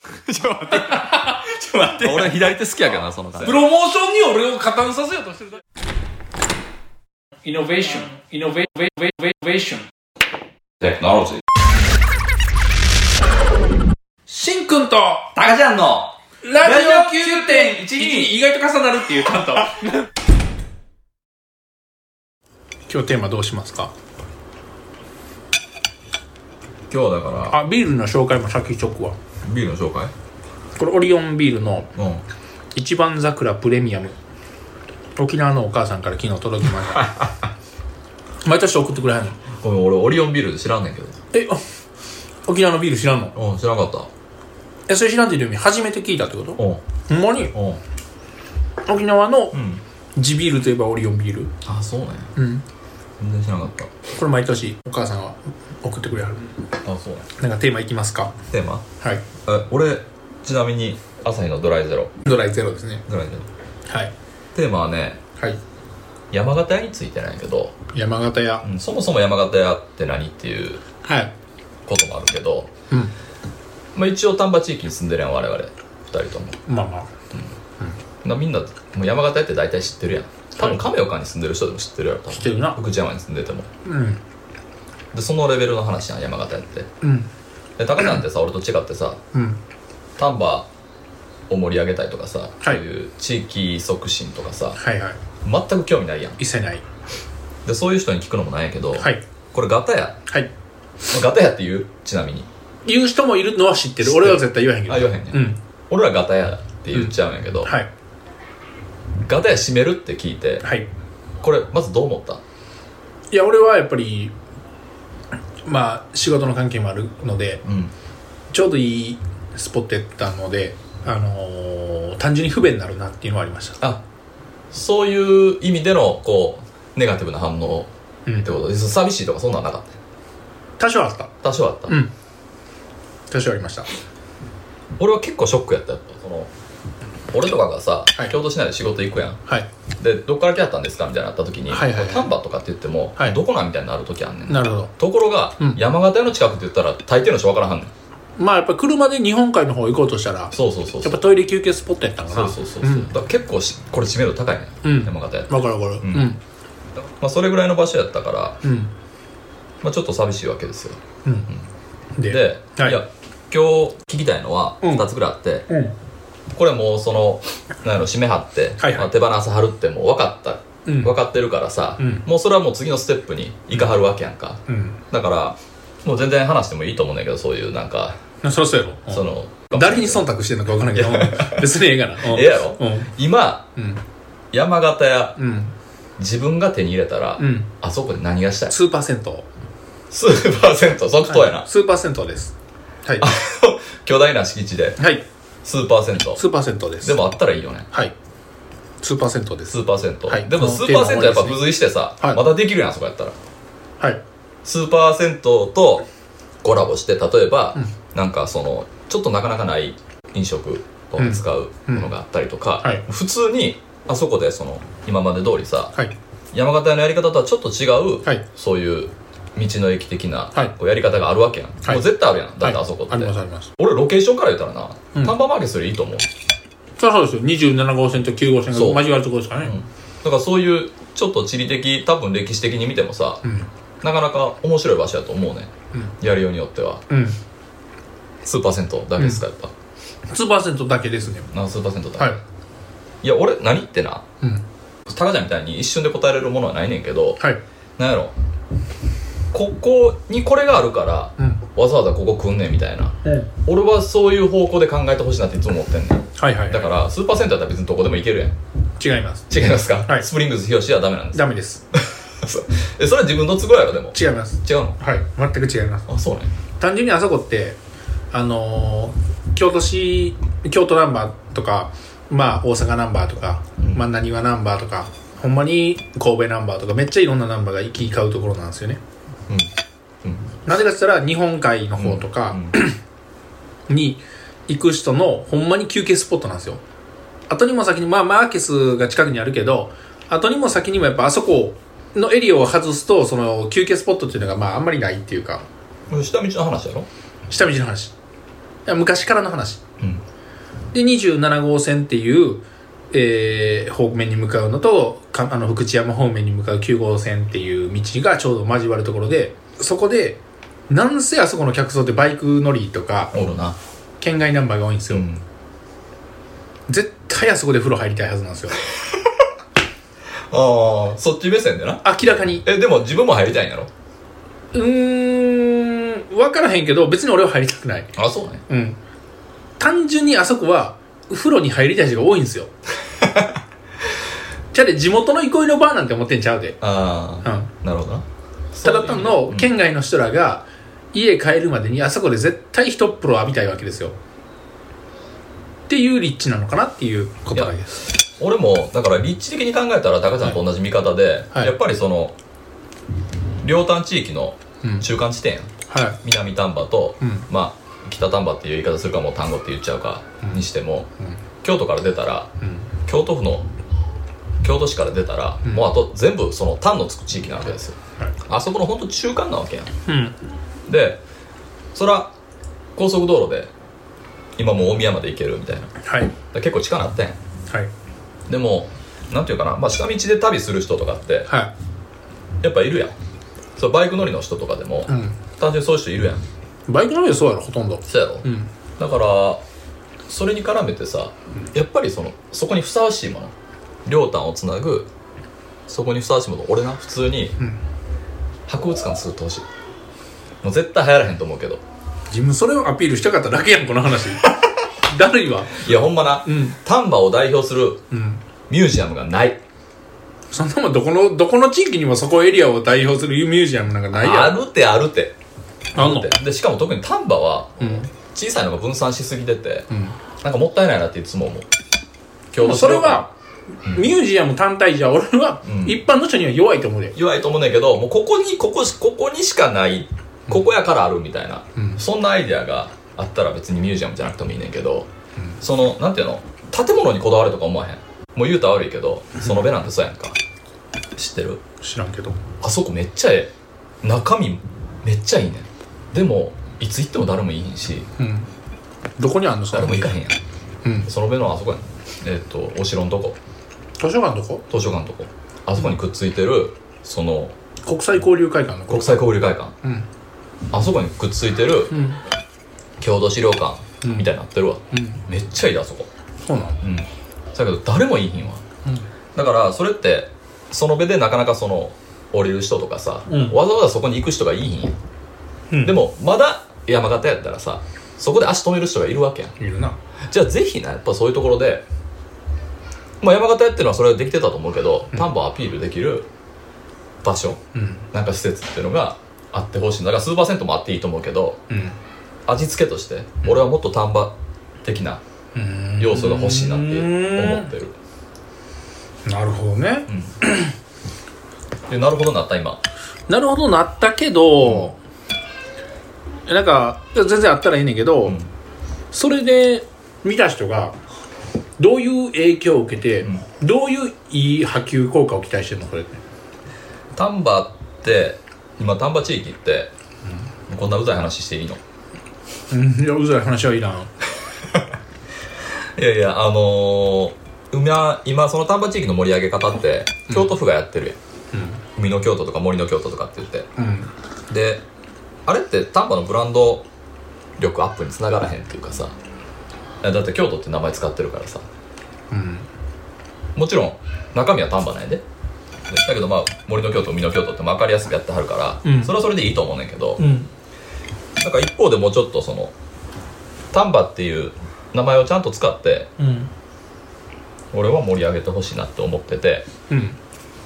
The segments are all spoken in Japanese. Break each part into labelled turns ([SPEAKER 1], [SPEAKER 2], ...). [SPEAKER 1] ちょっと待って。ちょっと待って。
[SPEAKER 2] 俺左手好きやけどな、その感じ
[SPEAKER 3] プ。ロモーションに俺を加担させようとしてるだけイノベーション、イノベーベベベベーション。
[SPEAKER 2] テクノロジー。
[SPEAKER 3] しんくんと、
[SPEAKER 2] タカちゃんの
[SPEAKER 3] ラジ
[SPEAKER 2] ラジ
[SPEAKER 3] オ
[SPEAKER 2] オ
[SPEAKER 3] 9.12
[SPEAKER 2] 9.12
[SPEAKER 3] 意外と重なるっていう、ちゃんと。
[SPEAKER 1] 今日テーマどうしますか
[SPEAKER 2] 今日だから、
[SPEAKER 1] あ、ビールの紹介も先しとくわ。
[SPEAKER 2] ビールの紹介
[SPEAKER 1] これオリオンビールの
[SPEAKER 2] うん。
[SPEAKER 1] 一番桜プレミアム。沖縄のお母さんから昨日届きました。毎年送ってくれはんの。
[SPEAKER 2] ごめん、俺オリオンビールで知らんねんけど。
[SPEAKER 1] え、あ沖縄のビール知らんの
[SPEAKER 2] うん、知らんかった。
[SPEAKER 1] え、それ知らんっていう意味初めて聞いたってこと
[SPEAKER 2] うん。
[SPEAKER 1] ほんまに
[SPEAKER 2] うん。
[SPEAKER 1] 沖縄の
[SPEAKER 2] ん
[SPEAKER 1] 地ビールといえばオリオンビール。
[SPEAKER 2] あ、そうね。
[SPEAKER 1] うん。
[SPEAKER 2] 全然知らなかっ
[SPEAKER 1] これ毎年お母さんが送ってくれはる。
[SPEAKER 2] た。あ、そうね。
[SPEAKER 1] なんかテーマいきますか
[SPEAKER 2] テーマ
[SPEAKER 1] はい。
[SPEAKER 2] え、俺、ちなみに、朝日のドライゼロ。
[SPEAKER 1] ドライゼロですね。
[SPEAKER 2] ドライゼロ。
[SPEAKER 1] はい。
[SPEAKER 2] テーマはね、
[SPEAKER 1] はい。
[SPEAKER 2] 山形屋についてないけど、
[SPEAKER 1] 山形屋
[SPEAKER 2] う。ん、そもそも山形屋って何っていう
[SPEAKER 1] はい。
[SPEAKER 2] こともあるけど、
[SPEAKER 1] うん。
[SPEAKER 2] まあ、一応丹波地域に住んでるやん我々2人とも
[SPEAKER 1] まあまあ。
[SPEAKER 2] なみんなもう山形屋って大体知ってるやん多分亀岡に住んでる人でも知ってるやろ多
[SPEAKER 1] 知って
[SPEAKER 2] 分
[SPEAKER 1] るな。
[SPEAKER 2] 福知山に住んでても
[SPEAKER 1] うん。
[SPEAKER 2] でそのレベルの話やん山形屋って
[SPEAKER 1] うん。
[SPEAKER 2] で高さんってさ俺と違ってさ
[SPEAKER 1] うん。
[SPEAKER 2] 丹波を盛り上げたいとかさ、
[SPEAKER 1] はい
[SPEAKER 2] そういう地域促進とかさ
[SPEAKER 1] はいはい。
[SPEAKER 2] 全く興味ないやん
[SPEAKER 1] 一切ない。
[SPEAKER 2] でそういう人に聞くのもないやけど、
[SPEAKER 1] はい。
[SPEAKER 2] これガタヤ
[SPEAKER 1] はい。
[SPEAKER 2] ガタヤって言うちなみに
[SPEAKER 1] 言う人もいるのは知ってる。
[SPEAKER 2] 知ってる
[SPEAKER 1] 俺は絶対言わへんけど。
[SPEAKER 2] あ言わへんね、
[SPEAKER 1] うん。
[SPEAKER 2] 俺らガタヤって言っちゃうんやけど、
[SPEAKER 1] はい。
[SPEAKER 2] ガタヤ閉めるって聞いて
[SPEAKER 1] はい。
[SPEAKER 2] これまずどう思った
[SPEAKER 1] いや、俺はやっぱり、まあ、仕事の関係もあるので、
[SPEAKER 2] うん
[SPEAKER 1] ちょうどいいスポットやったので、あのー、単純に不便になるなっていうのはありました。
[SPEAKER 2] あそういう意味でのこうネガティブな反応
[SPEAKER 1] うん
[SPEAKER 2] ってことです寂しいとかそんなんなかった
[SPEAKER 1] 多少あった。
[SPEAKER 2] 多少あった、
[SPEAKER 1] うん。多少ありました。
[SPEAKER 2] 俺は結構ショックやったよその俺とかがさ、
[SPEAKER 1] はい
[SPEAKER 2] 京都市内で仕事行くやん
[SPEAKER 1] はい。
[SPEAKER 2] でどっから来はったんですかみたいになった時に、
[SPEAKER 1] はいはいはい
[SPEAKER 2] 丹波とかって言っても、
[SPEAKER 1] はい
[SPEAKER 2] どこなんみたいになる時あんねん
[SPEAKER 1] なるほど。
[SPEAKER 2] ところが、
[SPEAKER 1] うん
[SPEAKER 2] 山形屋の近くって言ったら大抵の人分からはんねん
[SPEAKER 1] まあやっぱ車で日本海の方行こうとしたら、
[SPEAKER 2] そうそうそ
[SPEAKER 1] や
[SPEAKER 2] うそ
[SPEAKER 1] っ
[SPEAKER 2] う
[SPEAKER 1] ぱトイレ休憩スポットやったんか
[SPEAKER 2] そ
[SPEAKER 1] な。
[SPEAKER 2] うそうそう、
[SPEAKER 1] ん
[SPEAKER 2] だから結構しこれ知名度高いね、
[SPEAKER 1] うん
[SPEAKER 2] 山形屋って、
[SPEAKER 1] わかるわかる。
[SPEAKER 2] うんまあ、それぐらいの場所やったから、
[SPEAKER 1] うん。うん。
[SPEAKER 2] まあ、ちょっと寂しいわけですよ
[SPEAKER 1] で、
[SPEAKER 2] で、
[SPEAKER 1] はい
[SPEAKER 2] い、や今日聞きたいのは
[SPEAKER 1] うん
[SPEAKER 2] 2つぐらいあって、
[SPEAKER 1] うん。
[SPEAKER 2] これもうそのなんやろ締め張って、
[SPEAKER 1] はいはい
[SPEAKER 2] まあ手放さはるってもう分かった、
[SPEAKER 1] うん
[SPEAKER 2] 分かってるからさ、
[SPEAKER 1] うん
[SPEAKER 2] もうそれはもう次のステップに行かはるわけやんか、
[SPEAKER 1] うん。
[SPEAKER 2] だからもう全然話してもいいと思うねんだけどそういうなんか、
[SPEAKER 1] そらそうやろ。
[SPEAKER 2] その
[SPEAKER 1] 誰に忖度してんのかわからんけど、別にええがな。うん
[SPEAKER 2] ええやろ
[SPEAKER 1] うん。
[SPEAKER 2] 今
[SPEAKER 1] うん。
[SPEAKER 2] 山形や
[SPEAKER 1] うん。
[SPEAKER 2] 自分が手に入れたら、
[SPEAKER 1] うん。
[SPEAKER 2] あそこで何がしたい
[SPEAKER 1] スーパー銭湯。
[SPEAKER 2] スーパー銭湯即答やな、
[SPEAKER 1] はいスーパー銭湯です。はい。
[SPEAKER 2] 巨大な敷地で
[SPEAKER 1] はい。
[SPEAKER 2] スーパー銭
[SPEAKER 1] スーパー銭湯で
[SPEAKER 2] 湯
[SPEAKER 1] す。
[SPEAKER 2] でもあったらいいよね
[SPEAKER 1] はい。スーパー銭湯です
[SPEAKER 2] ス。ーパー銭湯、
[SPEAKER 1] はい
[SPEAKER 2] でも
[SPEAKER 1] この
[SPEAKER 2] スーパー銭湯やっ
[SPEAKER 1] テーマ
[SPEAKER 2] ぱ
[SPEAKER 1] は終わりですね
[SPEAKER 2] 付随してさ、
[SPEAKER 1] はい
[SPEAKER 2] またできるやんそこやったら
[SPEAKER 1] はい。
[SPEAKER 2] スーパー銭湯とコラボして例えば、なんかそのちょっとなかなかない飲食を扱うものがあったりとか、
[SPEAKER 1] うんはい
[SPEAKER 2] 普通にあそこでその今まで通りさ
[SPEAKER 1] はい。
[SPEAKER 2] 山形屋のやり方とはちょっと違う、
[SPEAKER 1] はい
[SPEAKER 2] そういう道の駅的な、
[SPEAKER 1] はい
[SPEAKER 2] こうやり方があるわけやん、
[SPEAKER 1] はい
[SPEAKER 2] もう絶対あるやんだってあそこって、
[SPEAKER 1] はいありますあります。
[SPEAKER 2] 俺ロケーションから言ったらな、
[SPEAKER 1] うん
[SPEAKER 2] 丹波マーケットよりいいと思う
[SPEAKER 1] そりゃそうですよ。27号線と9号線が
[SPEAKER 2] そう
[SPEAKER 1] 交わるところですからね。
[SPEAKER 2] だからそういうちょっと地理的多分歴史的に見てもさ、
[SPEAKER 1] ん
[SPEAKER 2] なかなか面白い場所やと思うね、やるようによっては
[SPEAKER 1] うん。
[SPEAKER 2] スーパー銭湯だけですか、やっぱ
[SPEAKER 1] スーパー銭湯だけですね。
[SPEAKER 2] なスーパー銭湯だけ、
[SPEAKER 1] はい。
[SPEAKER 2] いや俺何言ってな
[SPEAKER 1] うん。
[SPEAKER 2] タカちゃんみたいに一瞬で答えれるものはないねんけど
[SPEAKER 1] はい。
[SPEAKER 2] なんやろここにこれがあるから、
[SPEAKER 1] うん。
[SPEAKER 2] わざわざここ来んねんみたいな
[SPEAKER 1] うん。
[SPEAKER 2] 俺はそういう方向で考えてほしいなっていつも思ってんねん
[SPEAKER 1] はいはい。
[SPEAKER 2] だからスーパー銭湯だったら別にどこでも行けるやん
[SPEAKER 1] 違います。
[SPEAKER 2] 違いますか、
[SPEAKER 1] はい
[SPEAKER 2] スプリングス日吉はダメなんです
[SPEAKER 1] ダメです。
[SPEAKER 2] そうえそれは自分の都合やろでも
[SPEAKER 1] 違います。
[SPEAKER 2] 違うの
[SPEAKER 1] はい。全く違います。
[SPEAKER 2] あそうね
[SPEAKER 1] 単純にあそこって、あのー京都市、京都ナンバーとか、まあ大阪ナンバーとか、
[SPEAKER 2] うん
[SPEAKER 1] まあ何はナンバーとか、ほんまに神戸ナンバーとか、めっちゃいろんなナンバーが行き交うところなんですよね。
[SPEAKER 2] うんうん
[SPEAKER 1] なぜかって言ったら日本海の方と
[SPEAKER 2] う
[SPEAKER 1] か
[SPEAKER 2] ん
[SPEAKER 1] に行く人のほんまに休憩スポットなんですよ。後にも先に、まあマーケスが近くにあるけど、後にも先にもやっぱあそこのエリアを外すと、その休憩スポットっていうのがまああんまりないっていうか、
[SPEAKER 2] これ下道の話やろ
[SPEAKER 1] 下道の話。いや昔からの話。
[SPEAKER 2] うん
[SPEAKER 1] で27号線っていう、えー方面に向かうのとかあの福知山方面に向かう9号線っていう道がちょうど交わるところでそこでなんせあそこの客層ってバイク乗りとか
[SPEAKER 2] おるな
[SPEAKER 1] 県外ナンバーが多いんです
[SPEAKER 2] う
[SPEAKER 1] よ、
[SPEAKER 2] ん
[SPEAKER 1] 絶対あそこで風呂入りたいはずなんですよ
[SPEAKER 2] ああそっち目線でな
[SPEAKER 1] 明らかに
[SPEAKER 2] えでも自分も入りたいんやろ
[SPEAKER 1] うーん分からへんけど別に俺は入りたくない
[SPEAKER 2] あそうね
[SPEAKER 1] うん単純にあそこは風呂に入りたい人が多いん ですよじゃあね地元の憩いのバーなんて思ってんちゃうで
[SPEAKER 2] あ
[SPEAKER 1] う
[SPEAKER 2] あ、
[SPEAKER 1] ん
[SPEAKER 2] なるほどな
[SPEAKER 1] ただ単の
[SPEAKER 2] うん
[SPEAKER 1] 県外の人らが家帰るまでにあそこで絶対一風呂浴びたいわけですよっていう立地なのかなっていうことだけです
[SPEAKER 2] 俺もだから立地的に考えたら高ちゃんと同じ見方で、
[SPEAKER 1] はい
[SPEAKER 2] やっぱりその両端地域の
[SPEAKER 1] うん
[SPEAKER 2] 中間地点やん
[SPEAKER 1] はい
[SPEAKER 2] 南丹波と、
[SPEAKER 1] うん
[SPEAKER 2] まあ北丹波っていう言い方するかもう丹後って言っちゃうかにしても、
[SPEAKER 1] うん
[SPEAKER 2] 京都から出たら
[SPEAKER 1] うん
[SPEAKER 2] 京都府の京都市から出たら、
[SPEAKER 1] ん
[SPEAKER 2] もうあと全部その丹のつく地域なわけですよ、
[SPEAKER 1] はい
[SPEAKER 2] あそこの本当中間なわけやん
[SPEAKER 1] うん
[SPEAKER 2] でそら高速道路で今もう大宮まで行けるみたいなだか
[SPEAKER 1] はい
[SPEAKER 2] ら結構近なってん
[SPEAKER 1] はい
[SPEAKER 2] でもなんていうかな、まあ、下道で旅する人とかって
[SPEAKER 1] は
[SPEAKER 2] やっぱいるやんそうバイク乗りの人とかでも、
[SPEAKER 1] いうん
[SPEAKER 2] 単純にそういう人いるやん
[SPEAKER 1] バイク乗りはそうやろほとんど
[SPEAKER 2] そうやろ、
[SPEAKER 1] うん
[SPEAKER 2] だからそれに絡めてさやっぱりそのそこにふさわしいもの両端をつなぐそこにふさわしいもの俺な普通に
[SPEAKER 1] うん
[SPEAKER 2] 博物館作ってほしいもう絶対流行らへんと思うけど
[SPEAKER 1] 自分それをアピールしたかっただけやんこの 話だるいわ
[SPEAKER 2] いやほんまな、
[SPEAKER 1] うん
[SPEAKER 2] 丹波を代表する
[SPEAKER 1] うん
[SPEAKER 2] ミュージアムがない
[SPEAKER 1] そんなもんどこのどこの地域にもそこエリアを代表するミュージアムなんかない
[SPEAKER 2] あ
[SPEAKER 1] や
[SPEAKER 2] るってあるって
[SPEAKER 1] ろあんの
[SPEAKER 2] ででしかも特に丹波は
[SPEAKER 1] うん
[SPEAKER 2] 小さいのが分散しすぎてて、
[SPEAKER 1] うん
[SPEAKER 2] なんかもったいないなっていつも思う京
[SPEAKER 1] ま
[SPEAKER 2] 都
[SPEAKER 1] あ
[SPEAKER 2] 市
[SPEAKER 1] それはミュージアム単体じゃ俺は
[SPEAKER 2] うん
[SPEAKER 1] 一般の人には弱いと思うで
[SPEAKER 2] 弱いと思うねんけどもうここにここしここにしかないここやからあるみたいな、
[SPEAKER 1] うん
[SPEAKER 2] そんなアイデアがあったら別にミュージアムじゃなくてもいいねんけど、そのなんていうの建物にこだわるとか思わへんもう言うたら悪いけどそのべなんてそうやんか知ってる
[SPEAKER 1] 知らんけど
[SPEAKER 2] あそこめっちゃええ中身めっちゃいいねんでもいつ行っても誰もいいんし
[SPEAKER 1] うんどこにあんのそれ
[SPEAKER 2] 誰も行かへんやん
[SPEAKER 1] うん
[SPEAKER 2] そのべのあそこやんえっ、とお城のとこ
[SPEAKER 1] 図書館どこ
[SPEAKER 2] 図書館のとこあそこにくっついてるその
[SPEAKER 1] 国際交流会館のこ
[SPEAKER 2] 国際交流会館
[SPEAKER 1] うん
[SPEAKER 2] あそこにくっついてる
[SPEAKER 1] うん
[SPEAKER 2] 郷土資料館
[SPEAKER 1] うん
[SPEAKER 2] みたいになってるわ、
[SPEAKER 1] うん
[SPEAKER 2] めっちゃいいであそこ
[SPEAKER 1] そうなの
[SPEAKER 2] うんだけど誰もいいひんわだからそれってその場でなかなかその降りる人とかさ、
[SPEAKER 1] うん
[SPEAKER 2] わざわざそこに行く人がいいひんやん
[SPEAKER 1] うん
[SPEAKER 2] でもまだ山形やったらさそこで足止める人がいるわけやん
[SPEAKER 1] いるな
[SPEAKER 2] じゃあぜひなやっぱそういうところで、まあ、山形やっていうのはそれはできてたと思うけど丹波をアピールできる場所
[SPEAKER 1] うん
[SPEAKER 2] なんか施設っていうのがあってほしいんだから数パーセントもあっていいと思うけど
[SPEAKER 1] うん
[SPEAKER 2] 味付けとして俺はもっと丹波的な
[SPEAKER 1] うん
[SPEAKER 2] 要素が欲しいなって思ってる
[SPEAKER 1] なるほどね
[SPEAKER 2] でなるほどなった今
[SPEAKER 1] なるほどなったけど、なんか全然あったらいいねんけど、
[SPEAKER 2] うん
[SPEAKER 1] それで見た人がどういう影響を受けて、
[SPEAKER 2] うん
[SPEAKER 1] どういういい波及効果を期待してるのそれって
[SPEAKER 2] 丹波って今丹波地域って、こんなうざい話していいの
[SPEAKER 1] うんいやうざい話はいらん
[SPEAKER 2] いやいやあのー、今今その丹波地域の盛り上げ方って京都府がやってるやん、海の京都とか森の京都とかって言って
[SPEAKER 1] うん
[SPEAKER 2] であれって丹波のブランド力アップにつながらへんっていうかさいやだって京都って名前使ってるからさ
[SPEAKER 1] うん
[SPEAKER 2] もちろん中身は丹波なんやでだけどまあ森の京都海の京都って分かりやすくやってはるから、
[SPEAKER 1] うん
[SPEAKER 2] それはそれでいいと思うねんけど、
[SPEAKER 1] うん
[SPEAKER 2] なんか一方でもうちょっとその丹波っていう名前をちゃんと使って
[SPEAKER 1] うん
[SPEAKER 2] 俺は盛り上げてほしいなって思ってて
[SPEAKER 1] うん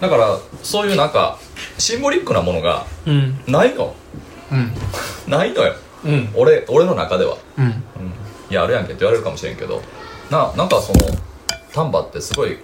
[SPEAKER 2] だからそういうなんかシンボリックなものが
[SPEAKER 1] うん
[SPEAKER 2] ないの
[SPEAKER 1] うん
[SPEAKER 2] ないのよ
[SPEAKER 1] うん
[SPEAKER 2] 俺俺の中では、
[SPEAKER 1] うん
[SPEAKER 2] うん、いやあるやんけって言われるかもしれんけどななんかその丹波ってすごい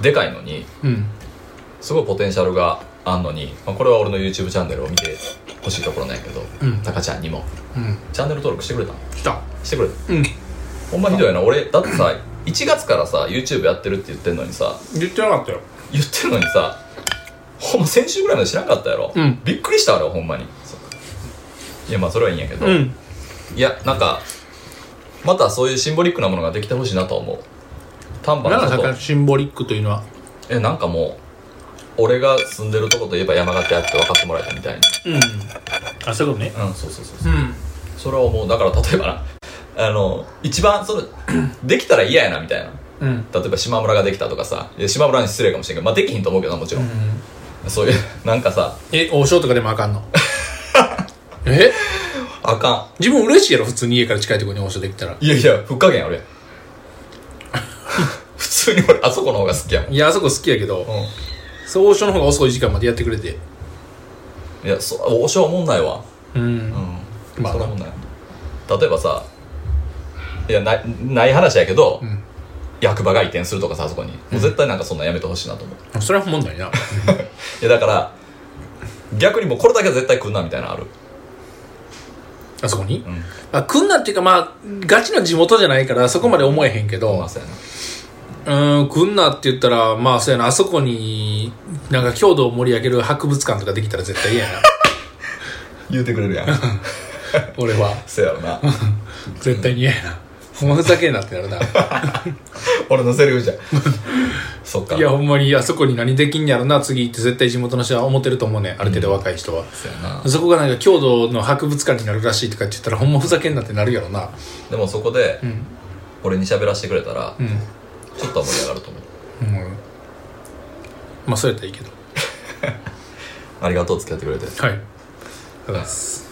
[SPEAKER 2] でかいのに
[SPEAKER 1] うん
[SPEAKER 2] すごいポテンシャルがあんのに、まあ、これは俺の YouTube チャンネルを見てほしいところなんやけど、
[SPEAKER 1] うん
[SPEAKER 2] タカちゃんにも
[SPEAKER 1] うん
[SPEAKER 2] チャンネル登録してくれた
[SPEAKER 1] 来た
[SPEAKER 2] してくれた
[SPEAKER 1] うん
[SPEAKER 2] ほんまひどいな俺だってさ1月からさ YouTube やってるって言ってんのにさ
[SPEAKER 1] 言ってなかったよ
[SPEAKER 2] 言ってるのにさほんま先週ぐらいまで知らんかったやろ、
[SPEAKER 1] うん
[SPEAKER 2] びっくりしたあれほんまにいやまあそれはいいんやけど、
[SPEAKER 1] うん
[SPEAKER 2] いやなんかまたそういうシンボリックなものができてほしいなと思う丹波の
[SPEAKER 1] 長
[SPEAKER 2] こ
[SPEAKER 1] さから
[SPEAKER 2] と
[SPEAKER 1] シンボリックというのは
[SPEAKER 2] えなんかもう俺が住んでるとこといえば山形やって分かってもらえたみたい
[SPEAKER 1] うんあそういうことね
[SPEAKER 2] なうんそうそうそうそううんそれはもうだから例えばなあの一番そのできたら嫌やなみたいな
[SPEAKER 1] うん
[SPEAKER 2] 例えば島村ができたとかさいや島村に失礼かもしれんけど、まあ、できひんと思うけどなもちろん、そういうなんかさ
[SPEAKER 1] え王将とかでもあか んのえ
[SPEAKER 2] あか
[SPEAKER 1] 自分嬉しいやろ普通に家から近いところに王将できたら
[SPEAKER 2] んいやいや不可減あるやん 普通に俺あそこの方が好きやもん、
[SPEAKER 1] いやあそこ好きやけど
[SPEAKER 2] うん
[SPEAKER 1] そう王将の方が遅い時間までやってくれて
[SPEAKER 2] いやそ王将はもんないわ
[SPEAKER 1] うん
[SPEAKER 2] うん
[SPEAKER 1] まあ
[SPEAKER 2] それはもんない例えばさいやないない話やけど、
[SPEAKER 1] ん
[SPEAKER 2] 役場が移転するとかさあそこに、もう絶対なんかそんなんやめてほしいなと思う
[SPEAKER 1] それは問題 ない
[SPEAKER 2] いやだから逆にもうこれだけは絶対来んなみたいなのある
[SPEAKER 1] なあそこに
[SPEAKER 2] うん
[SPEAKER 1] あ来んなっていうかまあガチの地元じゃないからそこまで思えへんけど
[SPEAKER 2] まあそうやな
[SPEAKER 1] うん来んなって言ったらまあそうやなあそこになんか郷土を盛り上げる博物館とかできたら絶対嫌 やな
[SPEAKER 2] 言うてくれる やん
[SPEAKER 1] 俺は
[SPEAKER 2] そうやろな
[SPEAKER 1] 絶対に嫌やなお前ふざけんなってなるな
[SPEAKER 2] 俺のセリフじ ゃんそっか
[SPEAKER 1] いやほんまにあそこに何できんやろな次って絶対地元の人は思ってると思うねんある程度若い人は、
[SPEAKER 2] そうやな
[SPEAKER 1] そこがなんか郷土の博物館になるらしいとかって言ったらほんまふざけんなってなるやろな
[SPEAKER 2] でもそこで
[SPEAKER 1] ん
[SPEAKER 2] 俺に喋らせてくれたら
[SPEAKER 1] うん
[SPEAKER 2] ちょっとは盛り上がると思う
[SPEAKER 1] うんまあそうやったらいいけど
[SPEAKER 2] ありがとう付き合ってくれて
[SPEAKER 1] はいありがとうございます